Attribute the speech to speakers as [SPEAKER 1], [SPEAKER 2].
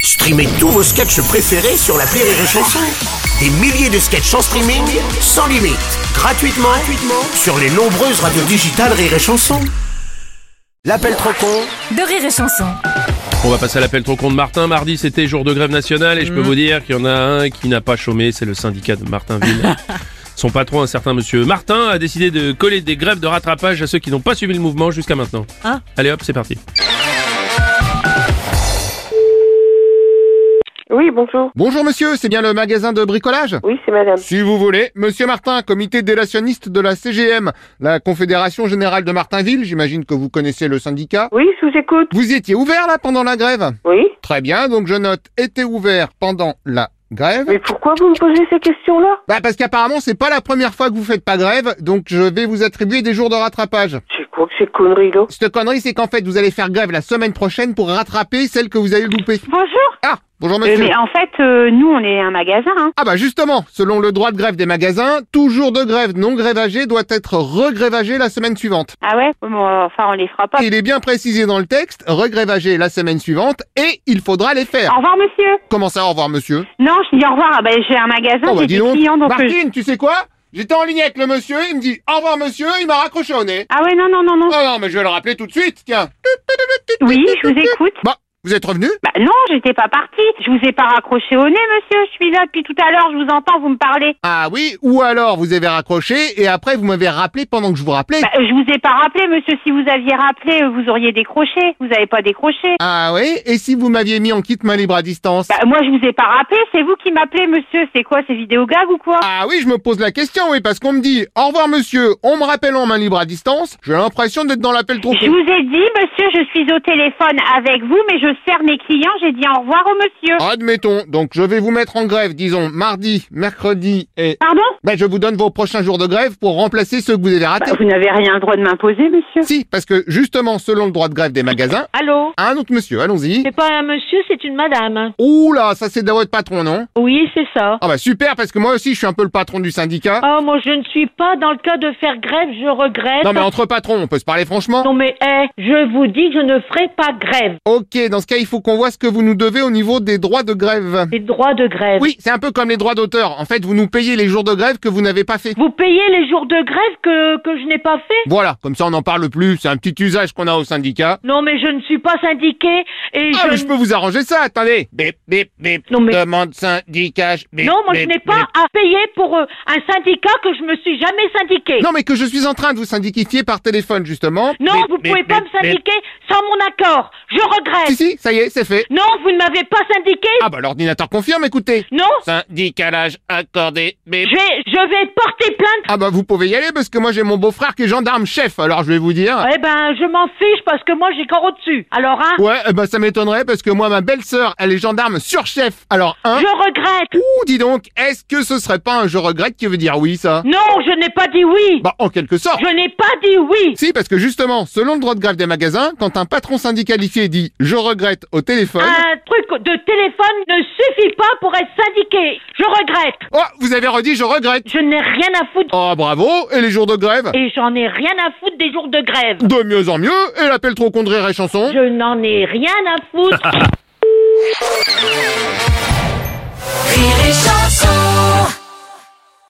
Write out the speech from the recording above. [SPEAKER 1] Streamez tous vos sketchs préférés sur la Rire et Chanson. Des milliers de sketchs en streaming, sans limite, gratuitement, gratuitement sur les nombreuses radios digitales Rire et Chanson. L'appel trop con
[SPEAKER 2] de rire et chanson.
[SPEAKER 3] On va passer à l'appel trop con de Martin. Mardi, c'était jour de grève nationale et je peux vous dire qu'il y en a un qui n'a pas chômé, c'est le syndicat de Martinville. Son patron, un certain monsieur Martin, a décidé de coller des grèves de rattrapage à ceux qui n'ont pas suivi le mouvement jusqu'à maintenant.
[SPEAKER 2] Ah.
[SPEAKER 3] Allez hop, c'est parti.
[SPEAKER 4] Oui, bonjour.
[SPEAKER 5] Bonjour monsieur, c'est bien le magasin de bricolage
[SPEAKER 4] Oui, c'est madame.
[SPEAKER 5] Si vous voulez, monsieur Martin, comité délationniste de la CGM, la Confédération Générale de Martinville, j'imagine que vous connaissez le syndicat.
[SPEAKER 4] Oui, je vous écoute.
[SPEAKER 5] Vous y étiez ouvert là pendant la grève
[SPEAKER 4] Oui.
[SPEAKER 5] Très bien, donc je note était ouvert pendant la grève.
[SPEAKER 4] Mais pourquoi vous me posez ces questions-là
[SPEAKER 5] Bah parce qu'apparemment c'est pas la première fois que vous faites pas grève, donc je vais vous attribuer des jours de rattrapage.
[SPEAKER 4] C'est quoi que ces conneries, là
[SPEAKER 5] Cette connerie c'est qu'en fait vous allez faire grève la semaine prochaine pour rattraper celle que vous avez loupée.
[SPEAKER 6] Bonjour.
[SPEAKER 5] Ah, bonjour
[SPEAKER 6] Euh,
[SPEAKER 5] monsieur.
[SPEAKER 6] mais en fait, euh, nous, on est un magasin. Hein.
[SPEAKER 5] Ah bah justement, selon le droit de grève des magasins, tout jour de grève non grévagé doit être regrévagé la semaine suivante.
[SPEAKER 6] Ah ouais Bon, euh, Enfin, on les fera pas.
[SPEAKER 5] Il est bien précisé dans le texte, regrévagé la semaine suivante et il faudra les faire.
[SPEAKER 6] Au revoir, monsieur.
[SPEAKER 5] Comment ça, au revoir monsieur
[SPEAKER 6] Non, je dis au revoir. Ah, ben, j'ai un magasin,
[SPEAKER 5] Oh bah
[SPEAKER 6] j'ai
[SPEAKER 5] dis
[SPEAKER 6] des
[SPEAKER 5] donc,
[SPEAKER 6] clients, donc... euh, je-
[SPEAKER 5] Martine, tu sais quoi J'étais en ligne avec le monsieur, il me dit au revoir monsieur, il m'a raccroché au nez.
[SPEAKER 6] Ah ouais, non, non, non, non.
[SPEAKER 5] Oh non, mais je vais le rappeler tout de suite, tiens. Oh.
[SPEAKER 6] Oui, je vous écoute.
[SPEAKER 5] Bah, vous êtes revenu
[SPEAKER 6] Bah non, j'étais pas partie. Je vous ai pas raccroché au nez, monsieur. Je suis là depuis tout à l'heure. Je vous entends, vous me parlez.
[SPEAKER 5] Ah oui, ou alors vous avez raccroché et après vous m'avez rappelé pendant que je vous rappelais.
[SPEAKER 6] Bah, je vous ai pas rappelé, monsieur. Si vous aviez rappelé, euh, vous auriez décroché. Vous avez pas décroché.
[SPEAKER 5] Ah oui, et si vous m'aviez mis en kit main libre à distance
[SPEAKER 6] Bah moi, je vous ai pas rappelé. C'est vous qui m'appelez, monsieur. C'est quoi, ces vidéogags ou quoi
[SPEAKER 5] Ah oui, je me pose la question, oui, parce qu'on me dit au revoir monsieur, on me rappelle en main libre à distance, j'ai l'impression d'être dans l'appel trop
[SPEAKER 6] Je vous ai dit, monsieur, je suis au téléphone avec vous, mais je sers mes clients. J'ai dit au revoir au monsieur.
[SPEAKER 5] Ah. Admettons, donc je vais vous mettre en grève, disons, mardi, mercredi et...
[SPEAKER 6] Pardon
[SPEAKER 5] Ben, je vous donne vos prochains jours de grève pour remplacer ceux que vous avez ratés.
[SPEAKER 6] Bah, Vous n'avez rien le droit de m'imposer, monsieur.
[SPEAKER 5] Si, parce que justement, selon le droit de grève des magasins,
[SPEAKER 7] Allô
[SPEAKER 5] un autre monsieur, allons-y.
[SPEAKER 7] C'est pas un monsieur, c'est une madame.
[SPEAKER 5] Ouh là, ça c'est de votre patron, non
[SPEAKER 7] Oui, c'est ça.
[SPEAKER 5] Ah bah super, parce que moi aussi je suis un peu le patron du syndicat.
[SPEAKER 7] Oh, moi, je ne suis pas dans le cas de faire grève, je regrette.
[SPEAKER 5] Ah. Non mais entre patrons, on peut se parler franchement.
[SPEAKER 7] Non, mais, eh, je vous dis que je ne ferai pas grève.
[SPEAKER 5] Ok, dans ce cas, il faut qu'on voit ce que vous nous devez au niveau des droits de grève.
[SPEAKER 7] Les droits de grève.
[SPEAKER 5] Oui, c'est un peu comme les droits d'auteur. En fait, vous nous payez les jours de grève que vous n'avez pas fait.
[SPEAKER 7] Vous payez les jours de grève que, que je n'ai pas fait
[SPEAKER 5] Voilà, comme ça on n'en parle plus. C'est un petit usage qu'on a au syndicat.
[SPEAKER 7] Non, mais je ne suis pas syndiqué et
[SPEAKER 5] Ah,
[SPEAKER 7] je...
[SPEAKER 5] mais je peux vous arranger ça, attendez. Bip, bip, bip.
[SPEAKER 7] Non, mais-
[SPEAKER 5] Demande syndicage. Bip,
[SPEAKER 7] Non, moi, je
[SPEAKER 5] bip,
[SPEAKER 7] n'ai pas
[SPEAKER 5] bip.
[SPEAKER 7] à payer pour euh, un syndicat que je me suis jamais syndiqué.
[SPEAKER 5] Non, mais que je suis en train de vous syndiquifier par téléphone, justement.
[SPEAKER 7] Non,
[SPEAKER 5] Bip,
[SPEAKER 7] vous
[SPEAKER 5] bip,
[SPEAKER 7] pouvez pas
[SPEAKER 5] bip,
[SPEAKER 7] me syndiquer sans mon accord. Je regrette.
[SPEAKER 5] bip. Si, si, ça y est, c'est fait.
[SPEAKER 7] Non, vous ne m'avez pas syndiqué.
[SPEAKER 5] Ah, bah l'ordinateur confirme, écoutez.
[SPEAKER 7] Non,
[SPEAKER 5] Syndicalage accordé. Bip.
[SPEAKER 7] je vais, je vais porter plainte.
[SPEAKER 5] Ah, bah vous pouvez y aller parce que moi j'ai mon beau-frère qui est gendarme chef, alors je vais vous dire.
[SPEAKER 7] Eh ben, je m'en fiche parce que moi j'ai corps au-dessus. Alors, hein,
[SPEAKER 5] Ouais, eh ben ça m'étonnerait parce que moi, ma belle-sœur, elle est gendarme sur chef. Alors, un.
[SPEAKER 7] je regrette.
[SPEAKER 5] Ouh, dis donc, est-ce que ce serait pas un je regrette qui veut dire oui, ça
[SPEAKER 7] Non, je n'ai pas dit oui.
[SPEAKER 5] Bah, en quelque sorte.
[SPEAKER 7] Je n'ai pas dit oui.
[SPEAKER 5] Si, parce que justement, selon le droit de grève des magasins, quand un patron syndicalifié dit je regrette au téléphone.
[SPEAKER 7] Un truc de téléphone ne suffit pas pour être syndiqué. Je regrette.
[SPEAKER 5] Oh, vous avez redit je regrette
[SPEAKER 7] Je n'ai rien à foutre.
[SPEAKER 5] Oh, bravo Et les jours de grève
[SPEAKER 7] Et j'en ai rien à foutre des jours de grève.
[SPEAKER 5] De mieux en mieux, et l'appel trop contre et chanson.
[SPEAKER 7] Je n'en ai rien à foutre.
[SPEAKER 2] Rire et chanson.